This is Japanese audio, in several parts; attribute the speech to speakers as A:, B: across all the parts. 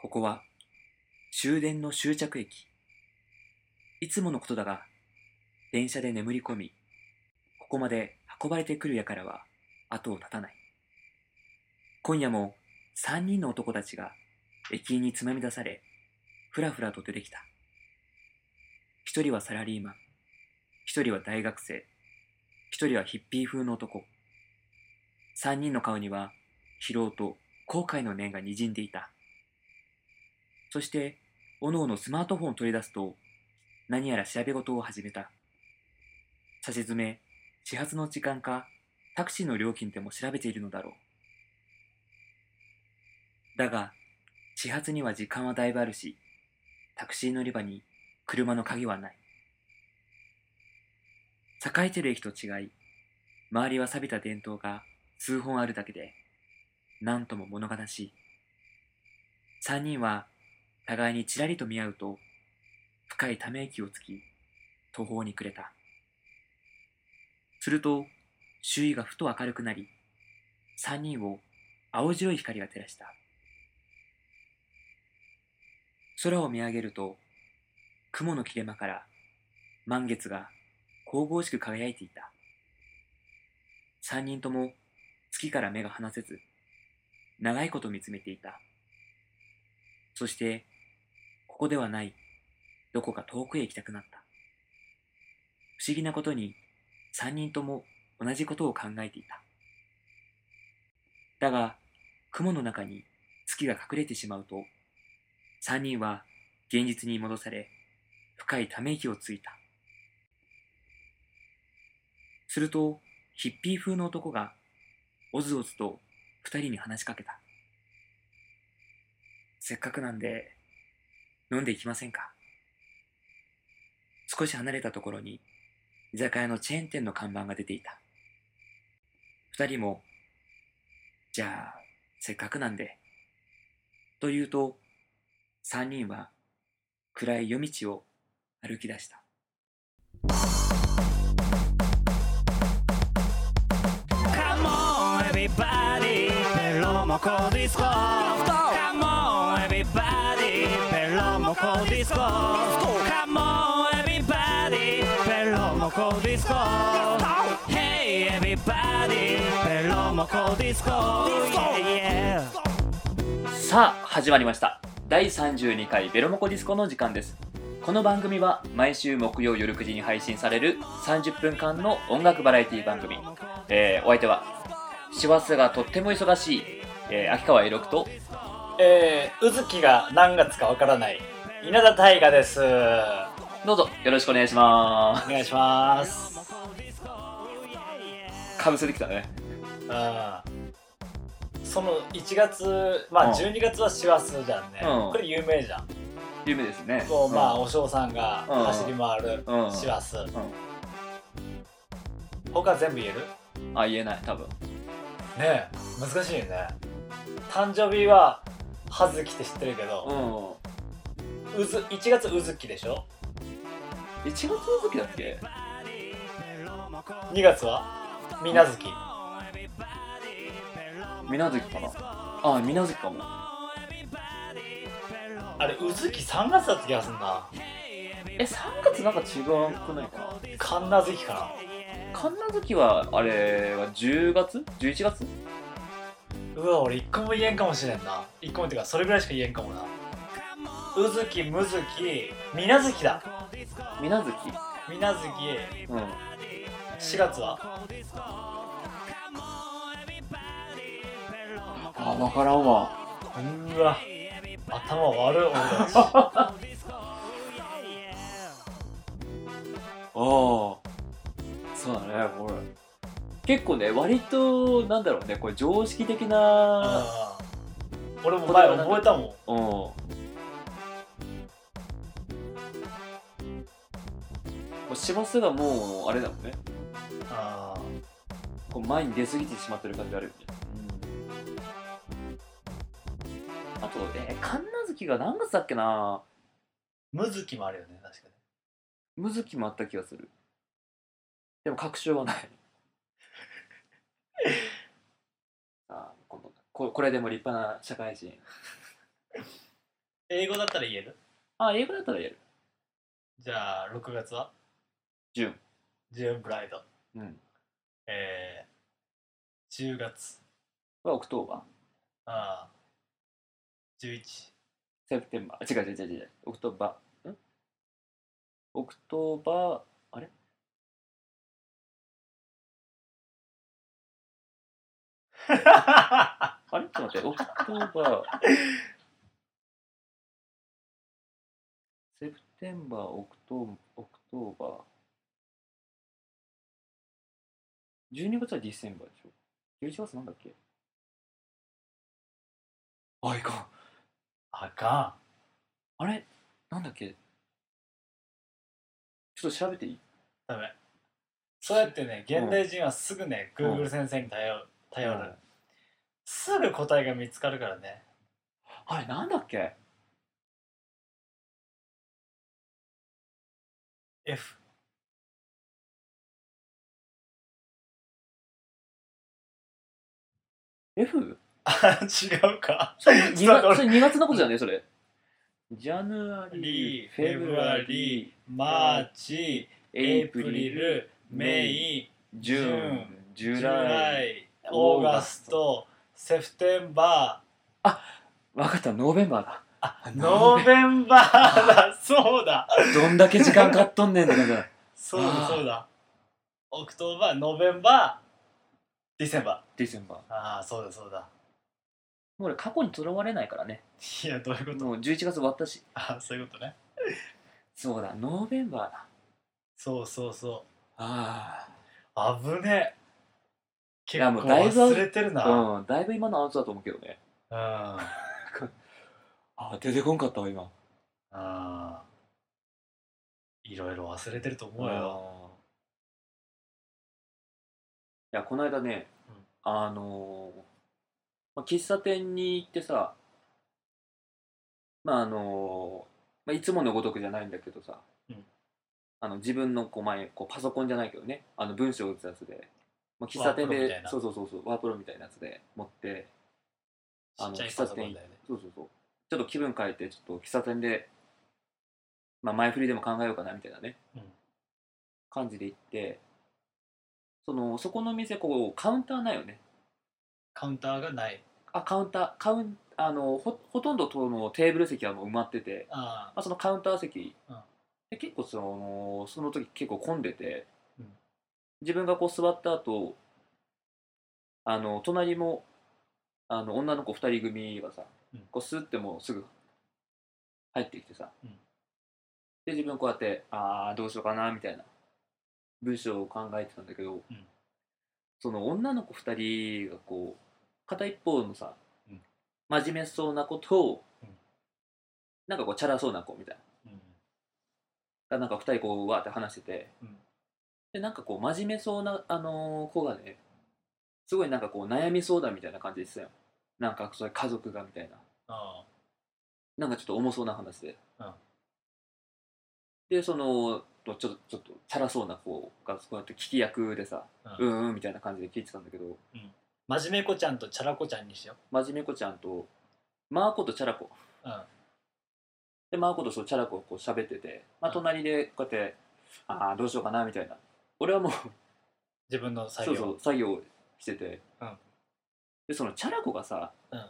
A: ここは終電の終着駅。いつものことだが、電車で眠り込み、ここまで運ばれてくるやからは後を絶たない。今夜も3人の男たちが駅員につまみ出され、ふらふらと出てきた。一人はサラリーマン、一人は大学生、一人はヒッピー風の男。三人の顔には疲労と後悔の念がにじんでいた。そして、おのおのスマートフォンを取り出すと、何やら調べ事を始めた。差し詰め、始発の時間か、タクシーの料金でも調べているのだろう。だが、始発には時間はだいぶあるし、タクシー乗り場に車の鍵はない。栄えてる駅と違い、周りは錆びた伝統が数本あるだけで、なんとも物悲しい。三人は互いにちらりと見合うと、深いため息をつき、途方に暮れた。すると、周囲がふと明るくなり、三人を青白い光が照らした。空を見上げると、雲の切れ間から満月が神々しく輝いていた。三人とも月から目が離せず、長いこと見つめていた。そして、ここではない、どこか遠くへ行きたくなった。不思議なことに、三人とも同じことを考えていた。だが、雲の中に月が隠れてしまうと、三人は現実に戻され、深いため息をついた。すると、ヒッピー風の男が、おずおずと二人に話しかけた。せっかくなんで、飲んでいきませんか少し離れたところに、居酒屋のチェーン店の看板が出ていた。二人も、じゃあ、せっかくなんで、と言うと、三人は暗い夜道を歩き出した。
B: Come on, everybody! ベロモコディスコ Come on, everybody! ベロモコディスコ Come on, everybody! ベロモコディスコ Hey, everybody! ベロモコディスコ Yeah, yeah!
A: さあ始まりました第32回ベロモコディスコの時間ですこの番組は毎週木曜夜9時に配信される30分間の音楽バラエティ番組、えー、お相手は師走がとっても忙しい、えー秋川栄六と
C: えー、うずきが何月かわからない稲田大我です。お
A: どうぞよろしくお願いしま
C: 願いします。
A: すかぶせてきたね
C: うん。その1月、ま
A: うん
C: あ12月は師走じゃんね。
A: うん
C: これ有名じゃん。
A: 夢ですね
C: こうまあ
A: うん
C: お嬢さんが
A: うん
C: 走り回る
A: うん
C: 師走。他全部言える
A: あ言えない多分
C: ねえ、難しいね。誕生日は葉月って知ってるけど、
A: う
C: うず1月うずきでしょ
A: ん1月の時だっけ
C: ?2 月はみなずき。
A: みなずきかなあみなずきかも
C: あれ、うずき3月だった気がすんな。
A: え3月なんか違くないか
C: 神奈月か
A: な神奈月はあれは10月 ?11 月
C: な。うわ、俺1個も言えんかもしれんな。1個もっていうか、それぐらいしか言えんかもな。うずき、むずき、みなずきだ。
A: みなずき
C: みなず
A: うん
C: き、4月は
A: あ分からんわ
C: うわ、頭悪い俺 た
A: ああそうだねほら結構ね割となんだろうねこれ常識的な
C: ち。うん俺も前覚えたもん。
A: うん師走がもうあれだもんね
C: あ
A: こう前に出過ぎてしまってる感じあるよねあとえー神奈月が何月だっけな
C: むずきもあるよね、確かに。
A: むずきもあった気がするでも確証はない あーこのここれでも立派な社会人
C: 英語だったら言える
A: あ、英語だったらやる。
C: じゃあ、6月は
A: ジュン。
C: ジューンブライド。
A: うん。
C: えー、10月。
A: は、オクトーバー。
C: あー11。
A: セプテンバー。違う違う違う違う。オクトーバー。んオクトーバー、あれ あれちょっと待って。オクトーバー。セプテンバー、オクトーオクトーバー。12月はディセンバーでしょ。11月なんだっけあ、いかん。
C: あか
A: あれなんだっけちょっと調べていい
C: ん。ダメ。そうやってね、現代人はすぐね、
A: うん
C: Google 先生に頼る。頼
A: う
C: る
A: ん。
C: すぐ答えが見つかるからね。
A: あれなんだっけ
C: F。
A: ?F?
C: あ、違うか。
A: それ 2,
C: ちょっ
A: 月
C: と俺
A: それ2月のことじゃねえそれ。ジャヌアリー、
C: リー、
A: フ
C: フ
A: ェ
C: ェ
A: ブ
C: ブ
A: ラ
C: ラ
A: リ
C: リー、マーチ、
A: ー、
C: エ
A: エ
C: イ
A: イ
C: プ
A: プ
C: リ
A: リル、
C: ル、メイ、
A: ジューン、ジ
C: ジュ
A: ュラ
C: ラ
A: イ。
C: イ、オーガスト、セプテンバ
A: わかった、ノーベンバーだ。あ
C: ー、ノーベンバーだ、そうだ、
A: どんだけ時間かかっとんねんって感じだ。
C: そうだ、
A: あー
C: そうだ。オクトーバー、ノーベンバー、ディセンバ
A: ディセンバー。も
C: ー。ああ、そうだ、そうだ。
A: う俺過去にとらわれないからね。
C: いや、どういうこと
A: もう11月終わったし。
C: ああ、そういうことね。
A: そうだ、ノーベンバーだ。
C: そうそうそ
A: あ
C: う。危ねえ。結
A: やも
C: 構
A: うだいぶ
C: 忘れてるな。うん。
A: あ。うん、だいぶ今のアンサーだと思うけどね。
C: あ
A: あー、出てこんかったわ、今。
C: あー。いろいろ忘れてると思うよ。
A: いやこの間ね、
C: うん
A: あのーまあ、喫茶店に行ってさまああのーまあ、いつものごとくじゃないんだけどさ、
C: うん
A: あの自分のこう前こうパソコンじゃないけどねあの文章を打つやつで、まあ、喫茶店
C: ワープロみ
A: で
C: たいな
A: そうそうそうそうワープロみたいなやつで持って
C: ちっちゃいパソコンだよね。
A: そうそうそうちょっと気分変えてちょっと喫茶店で、まあ、前振りでも考えようかなみたいなね、
C: うん
A: 感じで行ってそのそこの店こうカウンターないよね
C: カウンターがない。
A: あカウンターカウンあのほほとんどそのテーブル席はもう埋まってて、
C: あ
A: まあ、そのカウンター席、
C: うん
A: で結構そのその時結構混んでて、
C: うん
A: 自分がこう座った後あの隣もあの女の子2人組がさ、
C: うん
A: こうスッてもうすぐ入ってきてさ、
C: うん
A: で自分こうやってああどうしようかなみたいな文章を考えてたんだけど、
C: ん
A: その女の子2人がこう片一方のさ、
C: うん
A: 真面目そうな子と、
C: うん
A: なんかこうチャラそうな子みたいな。
C: あ。うん。
A: がなんか2人こうわーって話してて、
C: うん
A: でなんかこう真面目そうな、あのー子がねすごいなんかこう悩み相談みたいな感じでしたよなんかそれ家族がみたいな
C: あ
A: なんかちょっと重そうな話で、
C: うん
A: でそのちょっとちょっとチャラそうな子がこうやって聞き役でさ、
C: あ。
A: うん、うんみたいな感じで聞いてたんだけど
C: 真面目子ちゃんとチャラ子ちゃんにしよ
A: 真面目子ちゃんとマーコとチャラ子
C: う。うん。
A: でマーコとそうチャラ子がこう喋ってて、まあ、
C: うん
A: 隣でこうやって、ああどうしようかなみたいな俺はもう
C: 自分の作業。
A: そうそう作業してて、
C: うん
A: でそのチャラ子がさ、
C: うん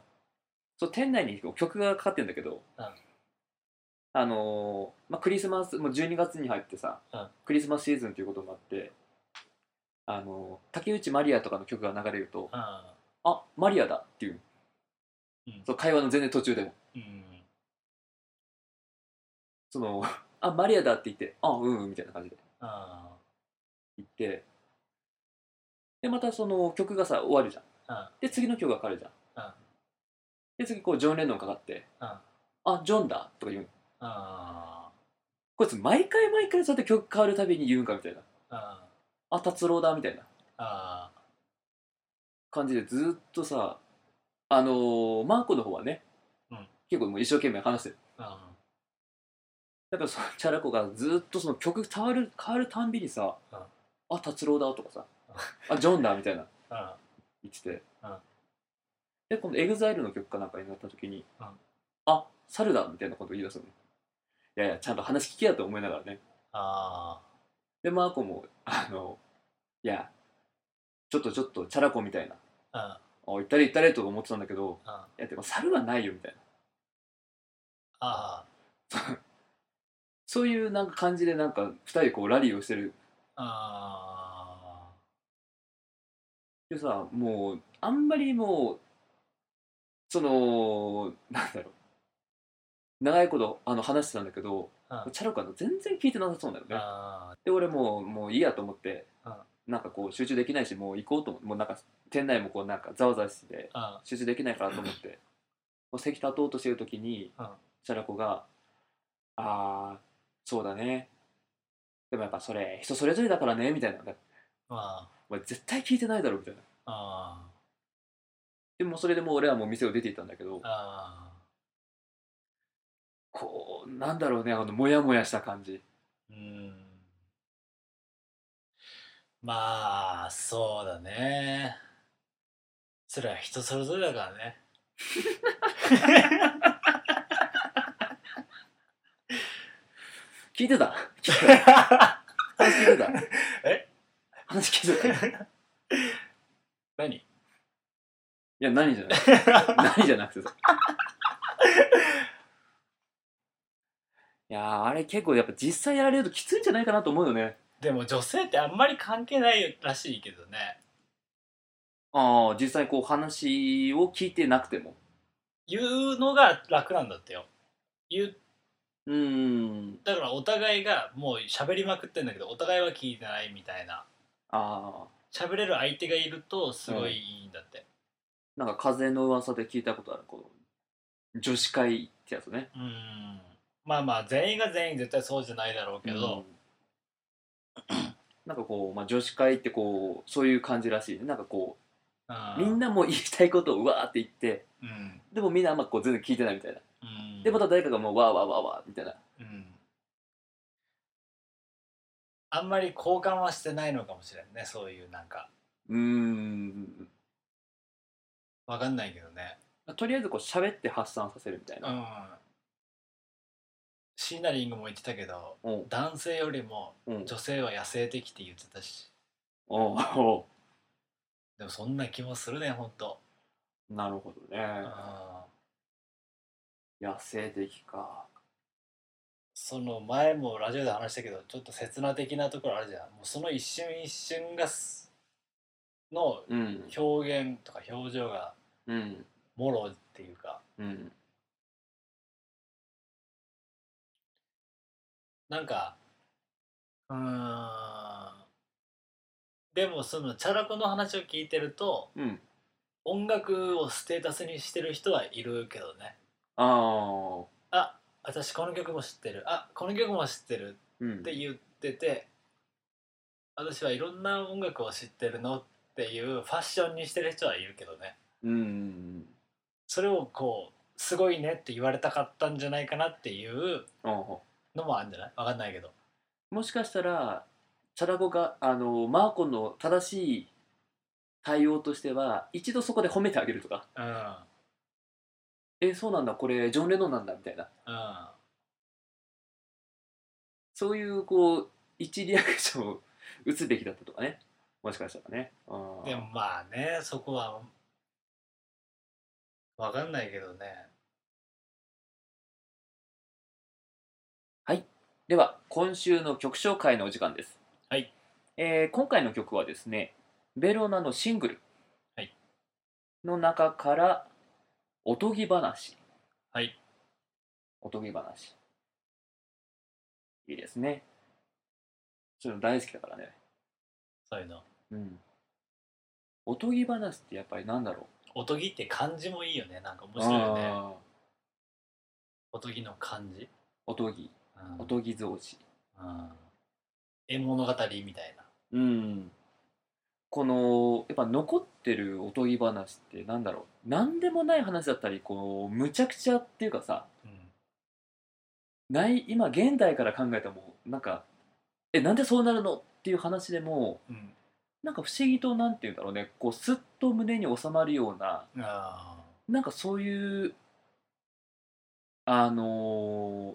A: そう店内にこう曲がかかってんだけど、
C: うん
A: あのーまあ、クリスマスもう12月に入ってさ、
C: うん
A: クリスマスシーズンということもあって、あのー竹内まりやとかの曲が流れると
C: う
A: 「あマリアだ」っていう、
C: うん
A: そう会話の全然途中でも
C: ん。うん。
A: その 「あマリアだ」って言って「あうんうん」みたいな感じで
C: あ
A: 言ってでまたその曲がさ終わるじゃん
C: あ。
A: で次の曲がかかるじゃん、
C: うん
A: で次こうジョン・レノンかかって
C: うん。うん。
A: 「あジョンだ」とか言うの
C: あ
A: こいつ毎回毎回そうやって曲変わるたびに言うんかみたいな
C: あ。あ
A: 「あ達郎だ」みたいな
C: あ。
A: 感じでずっとさあのーマーコの方はね、
C: うん
A: 結構もう一生懸命話してる
C: あ
A: だからそのチャラ子がずっとその曲変わる変わるたんびにさ「
C: うん
A: あ達郎だ」とかさ「あジョンだ」みたいな
C: あ。
A: 言ってて、
C: うん
A: でこのエグザイルの曲かなんかになった時に「
C: うん
A: あ猿だみたいなこと言い出すのねいやいやちゃんと話聞きやと思いながらね
C: あ
A: でマーコもあのいやちょっとちょっとチャラ子みたいな
C: あ
A: あ行ったれ行ったれとか思ってたんだけど
C: うんうんあ
A: いやでも猿はないよみたいな
C: あ
A: そういうなんか感じでなんか2人こうラリーをしてる
C: あ
A: でさもうあんまりもうそのなんだろう長いことあの話してたんだけど、
C: うん
A: チャラ子は全然聞いてなさそうなんだよね
C: あ
A: で俺もうもういいやと思って、
C: うん
A: なんかこう集中できないしもう行こうと思ってもうなんか店内もこうなんかざわざわしてて
C: あ
A: 集中できないからと思ってもう席立とうとしてる時に、
C: うん
A: チャラ子が「ああそうだねでもやっぱそれ人それぞれだからね」みたいな「
C: あ
A: お前絶対聞いてないだろ」みたいな
C: あ
A: でもうそれでもう俺はもう店を出て行ったんだけど
C: あ
A: こうなんだろうねあのモヤモヤした感じ
C: うんまあそうだねそれは人それぞれだか らね
A: 聞いて た聞いてた話聞いてた
C: え
A: 話聞いてたい
C: 何
A: や何じゃない何じゃなくてさいやーあれ結構やっぱ実際やられるときついんじゃないかなと思うよね
C: でも女性ってあんまり関係ないらしいけどね
A: ああ実際こう話を聞いてなくても
C: 言うのが楽なんだってよ言う
A: うーん
C: だからお互いがもう喋りまくってんだけどお互いは聞いてないみたいな
A: ああ
C: 喋れる相手がいるとすごいいいんだって
A: なんか風の噂で聞いたことあるこう女子会ってやつね
C: うんまあまあ全員が全員絶対そうじゃないだろうけど、
A: うんなんかこう、まあ、女子会ってこうそういう感じらしいねなんかこうみん
C: な
A: なもう言いたいことをうわーって言って
C: うん
A: でもみんなあんまこう全然聞いてないみたいな
C: うん
A: でまた誰かがもうわーわーわーわーみたいな
C: うんあんまり交換はしてないのかもしれんねそういうなんか
A: うーん
C: わかんないけどね
A: とりあえずこう喋って発散させるみたいうな、
C: んシーナリングも言ってたけど
A: うん
C: 男性よりも
A: うん、
C: 女性は野生的って言ってたし
A: おうお
C: でもそんな気もするねほんと
A: うなるほど
C: う
A: ね
C: ん
A: 野生的か
C: その前もラジオで話したけどちょっと刹那的なところあるじゃんもうその一瞬一瞬がすの
A: うん
C: 表現とか表情が
A: うん
C: もろっていうか
A: うん
C: なんかうーんでもそのチャラ子の話を聞いてると
A: うん
C: 音楽をステータスにしてる人はいるけどね
A: ああ
C: あ私この曲も知ってるあこの曲も知ってる
A: うん
C: って言ってて私はいろんな音楽を知ってるのっていうファッションにしてる人はいるけどね
A: うん
C: それをこうすごいねって言われたかったんじゃないかなっていう
A: おうおう
C: のもあるんじゃないわかんないけど
A: もしかしたらチャラ子があのマーコの正しい対応としては一度そこで褒めてあげるとか
C: うんうん
A: 「えそうなんだこれジョン・レノンなんだ」みたいなそういうこう一リアクションを打つべきだったとかねもしかしたらねうん
C: でもまあねそこはわかんないけどね
A: では今週の曲紹介のお時間です、
C: はい
A: えー今回の曲はですねベロナのシングル
C: はい
A: の中から「おとぎ話」
C: はい
A: おとぎ話いいですねそういうの大好きだからね
C: そういうの
A: うんおとぎ話ってやっぱりなんだろ
C: おとぎって漢字もいいよねなんか
A: う
C: 面白いよね
A: あー
C: おとぎの漢字、
A: おとぎ
C: うん
A: おとぎ造詞
C: うん、絵物語みたいな
A: うんこのやっぱ残ってるおとぎ話ってなんだろうなんでもない話だったりこうむちゃくちゃっていうかさ
C: うん
A: ない今現代から考えてもなんかえなんでそうなるのっていう話でも
C: うん
A: なんか不思議となんて言うんだろうねこうスッと胸に収まるような
C: あ
A: なんかそういうあのー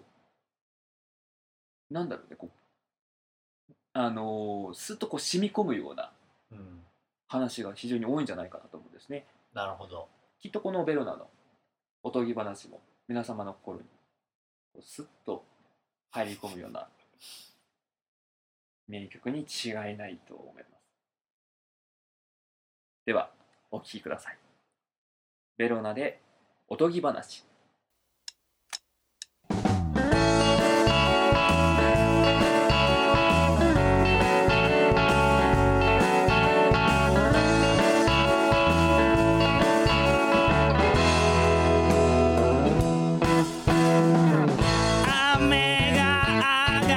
A: なんだろうねこうあのーすっとこう染み込むような
C: うん、
A: 話が非常に多いんじゃないかなと思うんですね
C: なるほど。
A: きっとこのベロナのおとぎ話も皆様の心にこうすっと入り込むような名曲に違いないと思いますではお聴きくださいベロナでおとぎ話
B: 雨が上が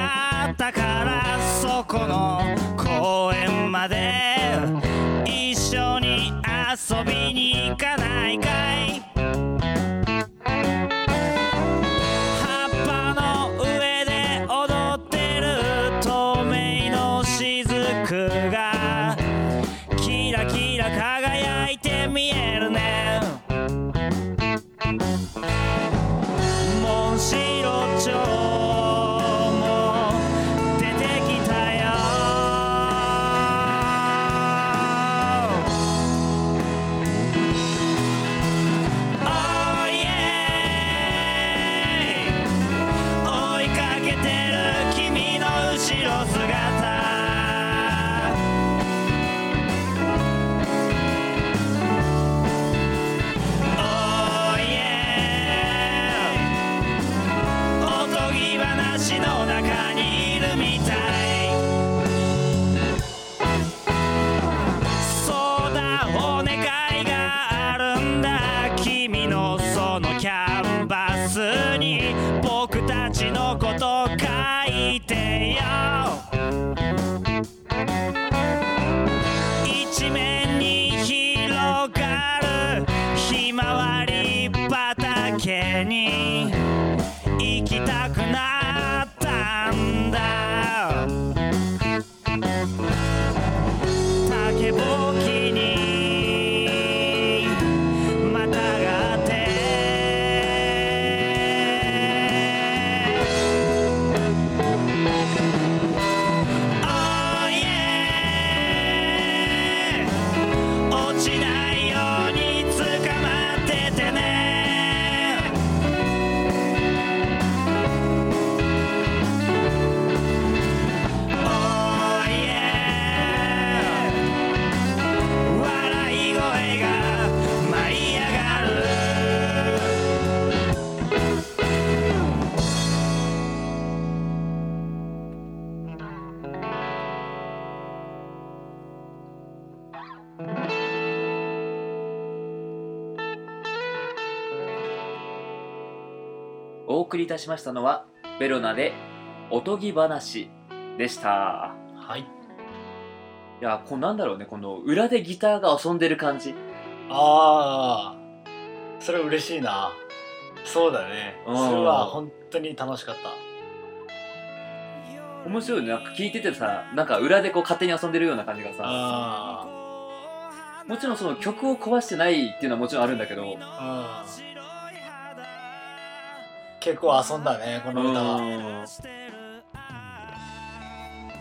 B: ったからそこの公園まで一緒に遊びに行かないかい葉っぱの上で踊ってる透明の雫がキラキラ輝いて見えるねモンシロチョウも出てきたよおいえ追いかけてる君の後ろ姿おーいえおとぎ話の中にいるみたいそうだお願いがあるんだ君のそのキャンバスに僕たちのこと書いてよ一面に広がるひまわり畑に行きたくなったんだ竹ぼうきにまたがっておいえ落ちないように捕まっててねおいえ笑い声が舞い上がる
A: お送りいたしましたのは「ベロナでおとぎ話」でした
C: はい。
A: いやこうなんだろうねこの裏でギターが遊んでる感じ
C: ああ、それ嬉しいな。そうだね。
A: う
C: そ
A: ん
C: れは本当に楽しかった。
A: 面白いねなんか聞いててさなんか裏でこう勝手に遊んでるような感じがさ
C: あ
A: もちろんその曲を壊してないっていうのはもちろんあるんだけど
C: あ、うん。結構遊んだね、この歌は。
A: うん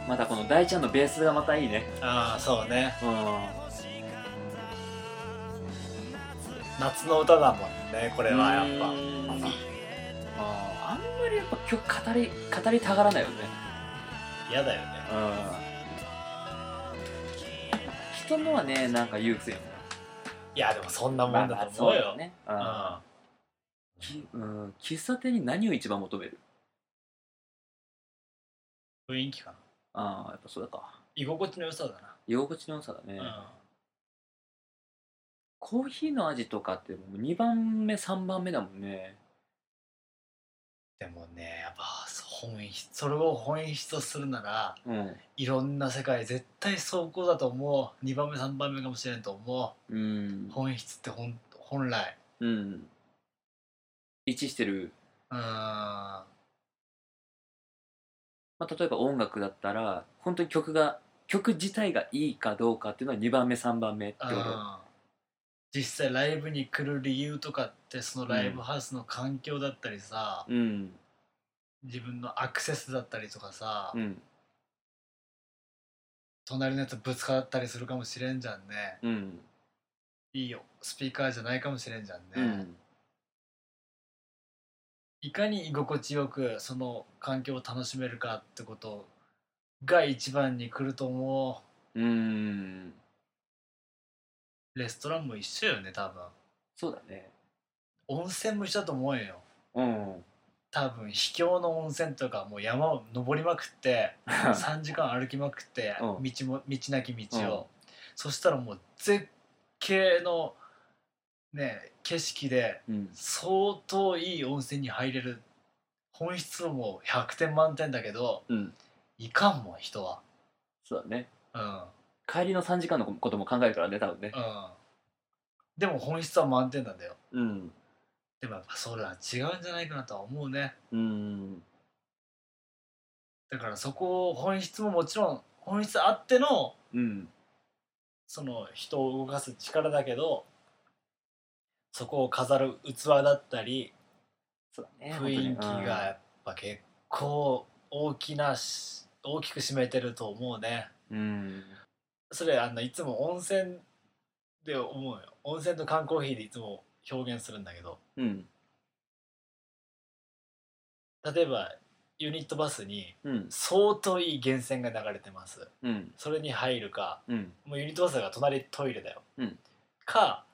A: またこの大ちゃんのベースがまたいいね
C: ああ、そうね。
A: うん
C: 夏の歌だもんね、これはやっぱ。
A: うんあーあんまりやっぱ曲語り語りたがらないよね
C: 嫌だよね。
A: 人のはねなんか憂鬱よね
C: いや、でもそんなもんだと思うよ。
A: ね、
C: うん
A: うんきうん、喫茶店に何を一番求める
C: 雰囲気かな。
A: ああやっぱそうだか
C: 居心地の良さだな。
A: 居心地の良さだね、コーヒーの味とかってもう2番目3番目だもんね
C: でもね、やっぱ本質、それを本質とするなら、
A: うん
C: いろんな世界絶対そうこうだと思う2番目3番目かもしれんと思
A: うん
C: う、本質って本本来
A: うん、一致してる、
C: うーんあ
A: まあ、例えば音楽だったら本当に曲が曲自体がいいかどうかっていうのは2番目3番目ってこと
C: ー実際ライブに来る理由とかってそのライブハウスの環境だったりさ、
A: うん
C: 自分のアクセスだったりとかさ、
A: うん
C: 隣のやつぶつかったりするかもしれんじゃんね
A: うん
C: いいよスピーカーじゃないかもしれんじゃんね、
A: うん
C: いかに居心地よくその環境を楽しめるかってことが一番に来ると思
A: うん
C: うレストランも一緒よね多分
A: そうだね
C: 温泉も一緒だと思うよ
A: うん
C: 多分秘境の温泉とかもう山を登りまくって3時間歩きまくって
A: う
C: 道
A: ん
C: も道なき道を、そしたらもう絶景のね景色で
A: うん
C: 相当いい温泉に入れる本質はもう100点満点だけど
A: うん
C: いかんもん人は
A: そうだね
C: うん
A: 帰りの3時間のことも考えるからね多分ね
C: うんでも本質は満点なんだよ
A: うん
C: でもやっぱそれは違うんじゃないかなとは思うね
A: うん
C: だからそこを本質ももちろん本質あっての
A: うん
C: その人を動かす力だけどそこを飾る器だったり
A: そうだね
C: 雰囲気がやっぱ結構大きなし大きく占めてると思うね
A: うん
C: それあのいつも温泉で思うよ温泉と缶コーヒーでいつも表現するんだけど
A: うん
C: 例えばユニットバスに
A: うん
C: 相当いい源泉が流れてます
A: うん
C: それに入るか
A: うん
C: もうユニットバスだから隣トイレだよ、
A: うん
C: か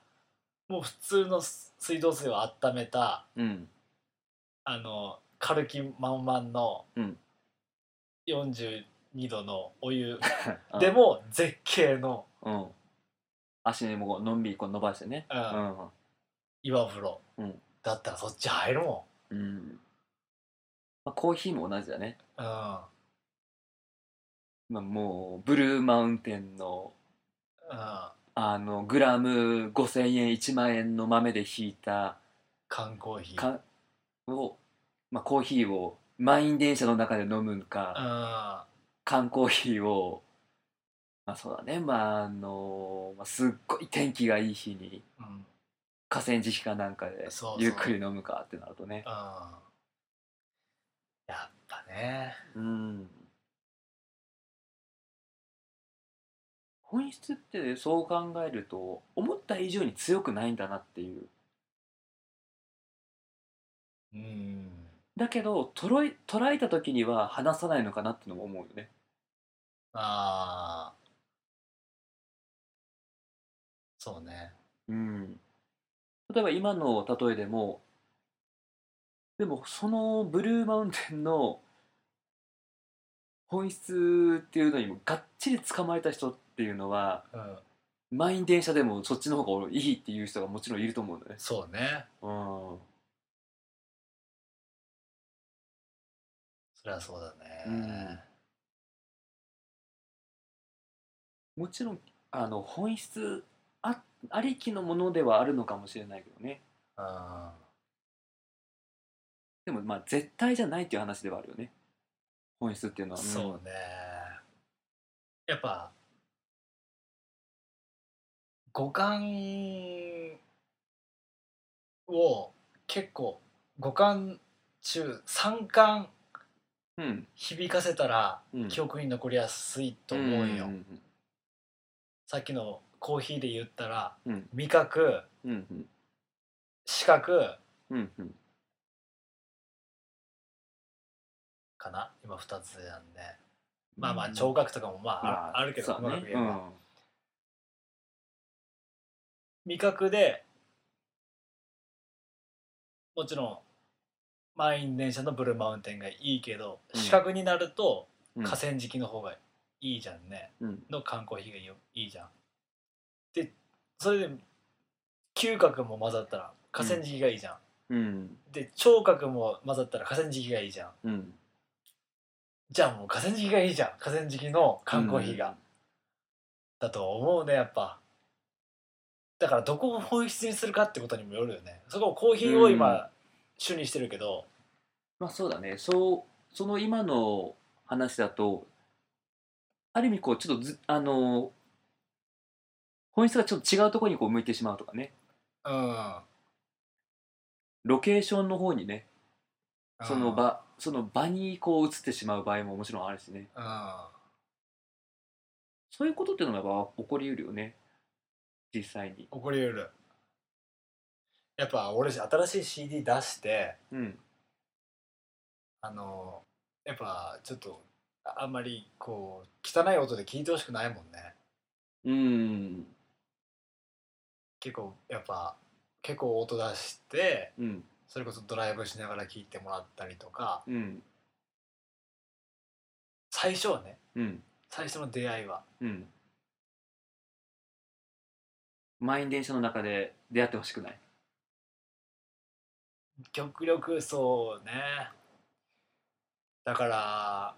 C: もう普通の水道水を温めた
A: うん
C: あの軽き満々の
A: うん
C: 42度のお湯
A: あ
C: でも絶景の、
A: うん足にもこうのんびりこう伸ばしてね
C: うん
A: うん
C: 岩風呂、
A: うん
C: だったらそっち入るも
A: うんまあコーヒーも同じだね
C: ん、うん
A: まあもうブルーマウンテンの
C: うん、
A: あのグラム5000円1万円の豆でひいた
C: 缶コーヒー
A: かを、まあ、コーヒーを満員電車の中で飲むの
C: う
A: か
C: ん
A: 缶コーヒーを、まあ、そうだねまああの、まあ、すっごい天気がいい日に
C: うん
A: 河川敷かなんかで
C: そうそう
A: ゆっくり飲むかってなるとね
C: うんやっぱね
A: うん本質ってそう考えると思った以上に強くないんだなっていう
C: うん
A: だけど捉え捉えた時には話さないのかなってのも思うよね
C: あーそうね
A: うん例えば今の例えでもでもそのブルーマウンテンの本質っていうのにもがっちり捕まえた人っていうのは
C: うん
A: 満員電車でもそっちの方が俺いいっていう人がもちろんいると思うんだよね
C: そうね
A: うん
C: そりゃそうだね
A: うんもちろんあの本質あありきのものではあるのかもしれないけどね
C: うん
A: でもまあ絶対じゃないっていう話ではあるよね本質っていうのは
C: そうねやっぱ五感を結構五感中三感
A: うん
C: 響かせたら
A: うん
C: 記憶に残りやすいと思うよ、
A: ん
C: さっきのコーヒーで言ったら
A: うん
C: 味覚
A: うんうん
C: 視覚
A: うんうん
C: かな今二つなんでまあまあ
A: うん
C: 聴覚とかもまあある,、あるけど
A: そうだね
C: 細かく言えば味覚でもちろん満員電車のブルーマウンテンがいいけど、
A: うん
C: 視覚になると
A: うん
C: 河川敷の方がいいじゃんね、
A: うん
C: の缶コーヒーがいいよいいじゃん。でそれで嗅覚も混ざったら河川敷がいいじゃん。
A: うん
C: で聴覚も混ざったら河川敷がいいじゃん。
A: うん
C: じゃあもう河川敷がいいじゃん河川敷の缶コーヒー
A: う
C: が。
A: ん
C: だと思うねやっぱだからどこを本質にするかってことにもよるよねそこをコーヒーを
A: うん
C: 今主にしてるけど
A: まあそうだねそうその今の話だとある意味こうちょっとずあの本質がちょっと違うところにこう向いてしまうとかね
C: うん
A: ロケーションの方にねその
C: うん
A: 場その場にこう映ってしまう場合ももちろんあるしね
C: あ
A: そういうことっていうのがやっぱ起こりうるよね実際に
C: 怒りうるやっぱ俺新しい CD 出して
A: うん
C: あのやっぱちょっとああんまりこう汚い音で聞いてほしくないもんね
A: うん
C: 結構やっぱ結構音出して
A: うん
C: それこそドライブしながら聞いてもらったりとか
A: うん
C: 最初はね
A: うん
C: 最初の出会いは
A: うん満員電車の中で出会ってほしくない
C: 極力そうねだから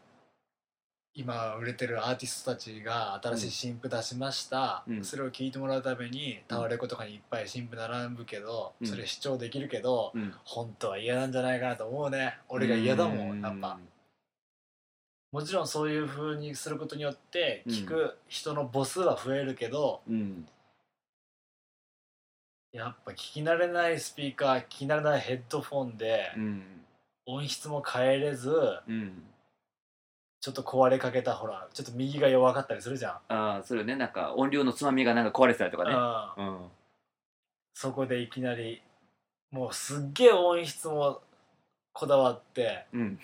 C: 今売れてるアーティストたちが新しい新譜出しました、
A: うん
C: それを聞いてもらうためにタワレコとかにいっぱい新譜並ぶけど、
A: うん
C: それ視聴できるけど、
A: うん
C: 本当は嫌なんじゃないかなと思うね俺が嫌だもんやっぱもちろんそういう風にすることによって
A: うん
C: 聞く人の母数は増えるけど、
A: うん
C: やっぱ聞き慣れないスピーカー聞き慣れないヘッドフォンで
A: うん
C: 音質も変えれず、
A: うん
C: ちょっと壊れかけたほらちょっと右が弱かったりするじゃん、
A: ああそれねなんか音量のつまみがなんか壊れてたりとかね
C: うん
A: うん
C: そこでいきなりもうすっげえ音質もこだわって
A: うん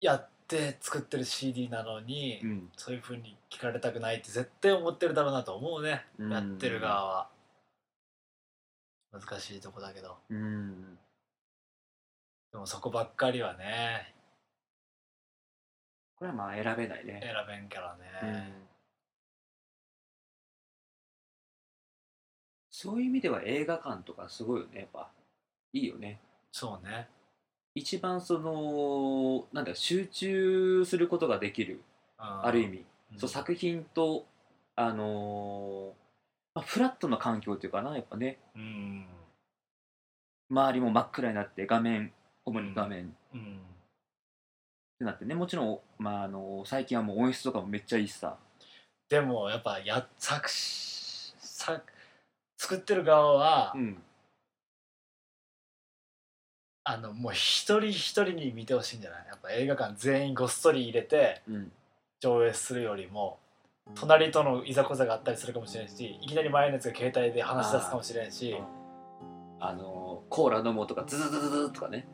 C: やって作ってる CD なのに、
A: うん
C: そういう風に聞かれたくないって絶対思ってるだろうなと思うね、
A: うん
C: やってる側は難しいとこだけど
A: うん
C: でもそこばっかりはね
A: これはまあ選べないね
C: 選べんからね
A: そういう意味では映画館とかすごいよねやっぱいいよね
C: そうね
A: 一番そのなんだ集中することができる
C: あ
A: ある意、味、
C: うん
A: そう作品とあのーまあ、フラットな環境というかなやっぱね
C: うん
A: 周りも真っ暗になって画面主に画面っ
C: うん
A: てなってねもちろん、まあ、あのー最近はもう音質とかもめっちゃいいしさ
C: でもやっぱや作詞作作ってる側は、
A: ん
C: あのもう一人一人に見てほしいんじゃないやっぱ映画館全員ごっそり入れて
A: うん
C: 上映するよりも隣とのいざこざがあったりするかもしれんしいきなり前のやつが携帯で話し出すかもしれんし、
A: あのーコーラ飲もうとかズズズズズとかね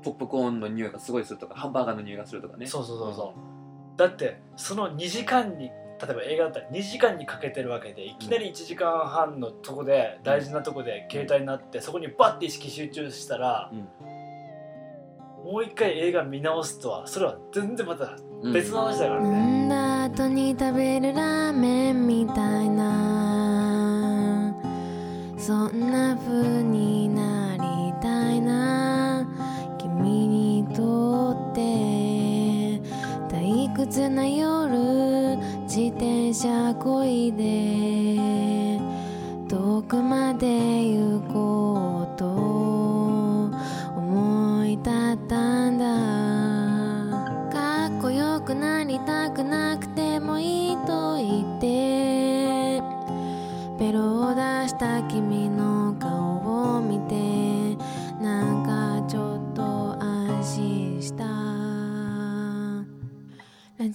C: う
A: ポップコーンの匂いがすごいするとかハンバーガーの匂いがするとかね
C: ん、そうそうそうそうだってその2時間に例えば映画だったら2時間にかけてるわけでいきなり1時間半のとこで大事なとこで携帯になってそこにバッて意識集中したら、
A: うん
C: もう一回映画見直すとはそれは全然また
A: うん
C: 別の話だから
D: 飲
C: ね、
D: んだ後に食べるラーメンみたいなそんな風になりたいな君にとって退屈な夜自転車こいで遠くまで行こうと思い立ったんだかっこよくなりたくなくてもいいと言ってベロを出した君の顔を見てなんかちょっと安心したラ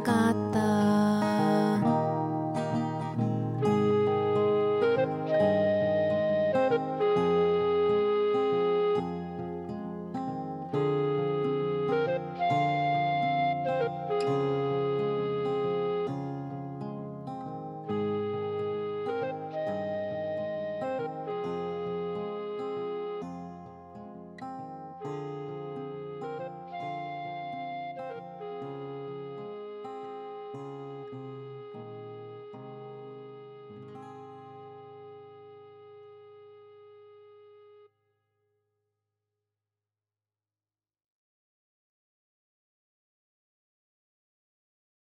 D: かった